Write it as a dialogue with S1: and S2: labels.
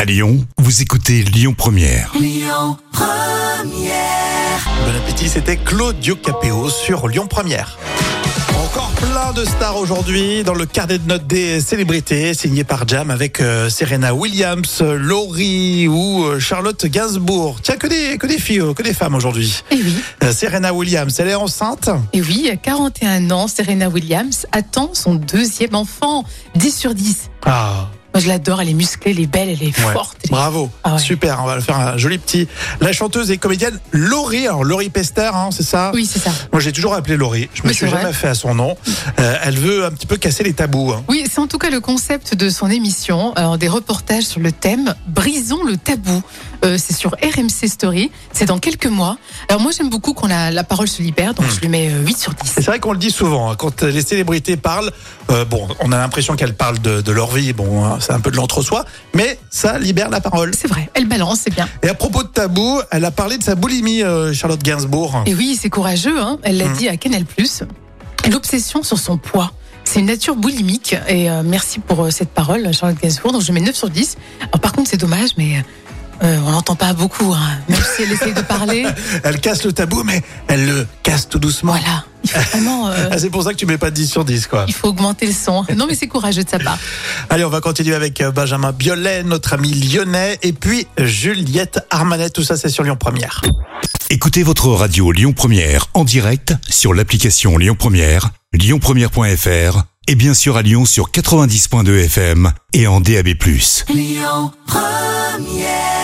S1: À Lyon, vous écoutez Lyon Première.
S2: Bon appétit, c'était Claudio Capéo sur Lyon Première. Encore plein de stars aujourd'hui dans le carnet de notes des célébrités signé par Jam avec euh, Serena Williams, euh, Laurie ou euh, Charlotte Gainsbourg. Tiens, que des, que des filles, euh, que des femmes aujourd'hui.
S3: Et Eh oui,
S2: Euh, Serena Williams, elle est enceinte.
S3: et oui, à 41 ans, Serena Williams attend son deuxième enfant. 10 sur 10.
S2: Ah,
S3: Moi, je l'adore, elle est musclée, elle est belle, elle est
S2: ouais.
S3: forte. elle est-
S2: Bravo,
S3: Ah ouais.
S2: super, on va le faire un joli petit. La chanteuse et comédienne Laurie, alors Laurie Pester, hein, c'est ça
S3: Oui, c'est ça.
S2: Moi, j'ai toujours appelé Laurie. Je me
S3: Oui,
S2: suis
S3: c'est vrai.
S2: jamais fait à son nom. Euh, elle veut un petit peu casser les tabous. hein.
S3: Oui, c'est en tout cas le concept de son émission, Alors, des reportages sur le thème Brisons le tabou. Euh, c'est sur RMC Story, c'est dans quelques mois. Alors moi j'aime beaucoup quand la, la parole se libère, donc je lui mets euh, 8 sur
S2: Et
S3: 10.
S2: Hmm. C'est vrai qu'on le dit souvent, hein, quand les célébrités parlent, euh, bon, on a l'impression qu'elles parlent de, de leur vie, bon, hein, c'est un peu de l'entre-soi, mais ça libère la parole.
S3: C'est vrai, elle balance, c'est bien.
S2: Et à propos de tabou, elle a parlé de sa boulimie, euh, Charlotte Gainsbourg.
S3: Et oui, c'est courageux, hein. elle l'a
S2: Mm.
S3: dit à Canal ⁇ l'obsession sur son poids. C'est une nature boulimique, et euh, merci pour euh, cette parole, Charlotte Gainsbourg, donc je mets 9 sur 10. Alors, par contre, c'est dommage, mais euh, on l'entend pas beaucoup, hein. même si elle essaye de parler.
S2: Elle casse le tabou, mais elle le casse tout doucement.
S3: Voilà, il faut vraiment... euh,
S2: Ah, c'est pour ça que tu mets pas 10 sur 10, quoi.
S3: il faut augmenter le son. Non, mais c'est courageux de sa part.
S2: Allez, on va continuer avec euh, Benjamin Biolay, notre ami lyonnais, et puis Juliette Armanet, tout ça c'est sur Lyon Première.
S1: Écoutez votre radio Lyon Première en direct sur l'application Lyon Première, lyonpremière.fr et bien sûr à Lyon sur 90.2 FM et en DAB+.
S4: Lyon Première